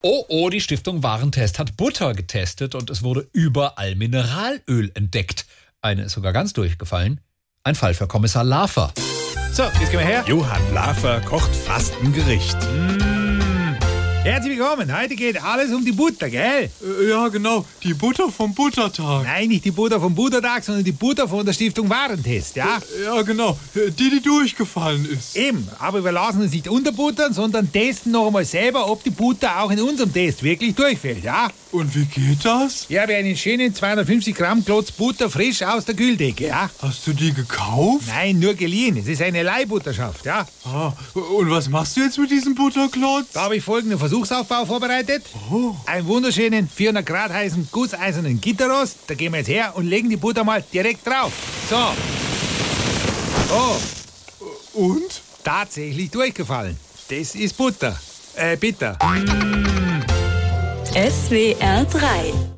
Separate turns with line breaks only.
Oh, oh, die Stiftung Warentest hat Butter getestet und es wurde überall Mineralöl entdeckt. Eine ist sogar ganz durchgefallen. Ein Fall für Kommissar Laffer. So, jetzt gehen wir her.
Johann Lafer kocht fast ein Gericht.
Mm. Herzlich willkommen. Heute geht alles um die Butter, gell?
Äh, Ja, genau, die Butter vom Buttertag.
Nein, nicht die Butter vom Buttertag, sondern die Butter von der Stiftung Warentest, ja?
Ja, genau, äh, die, die durchgefallen ist.
Eben, aber wir lassen uns nicht unterbuttern, sondern testen noch einmal selber, ob die Butter auch in unserem Test wirklich durchfällt, ja?
Und wie geht das?
Ich habe einen schönen 250 Gramm Klotz Butter frisch aus der Kühldecke, ja?
Hast du die gekauft?
Nein, nur geliehen. Es ist eine Leihbutterschaft, ja?
Ah, und was machst du jetzt mit diesem Butterklotz?
Da habe ich folgenden Versuchsaufbau vorbereitet. Einen wunderschönen 400 Grad heißen gusseisernen Gitterrost. Da gehen wir jetzt her und legen die Butter mal direkt drauf. So. Oh,
Und?
tatsächlich durchgefallen. Das ist Butter. Äh, bitter.
SWR 3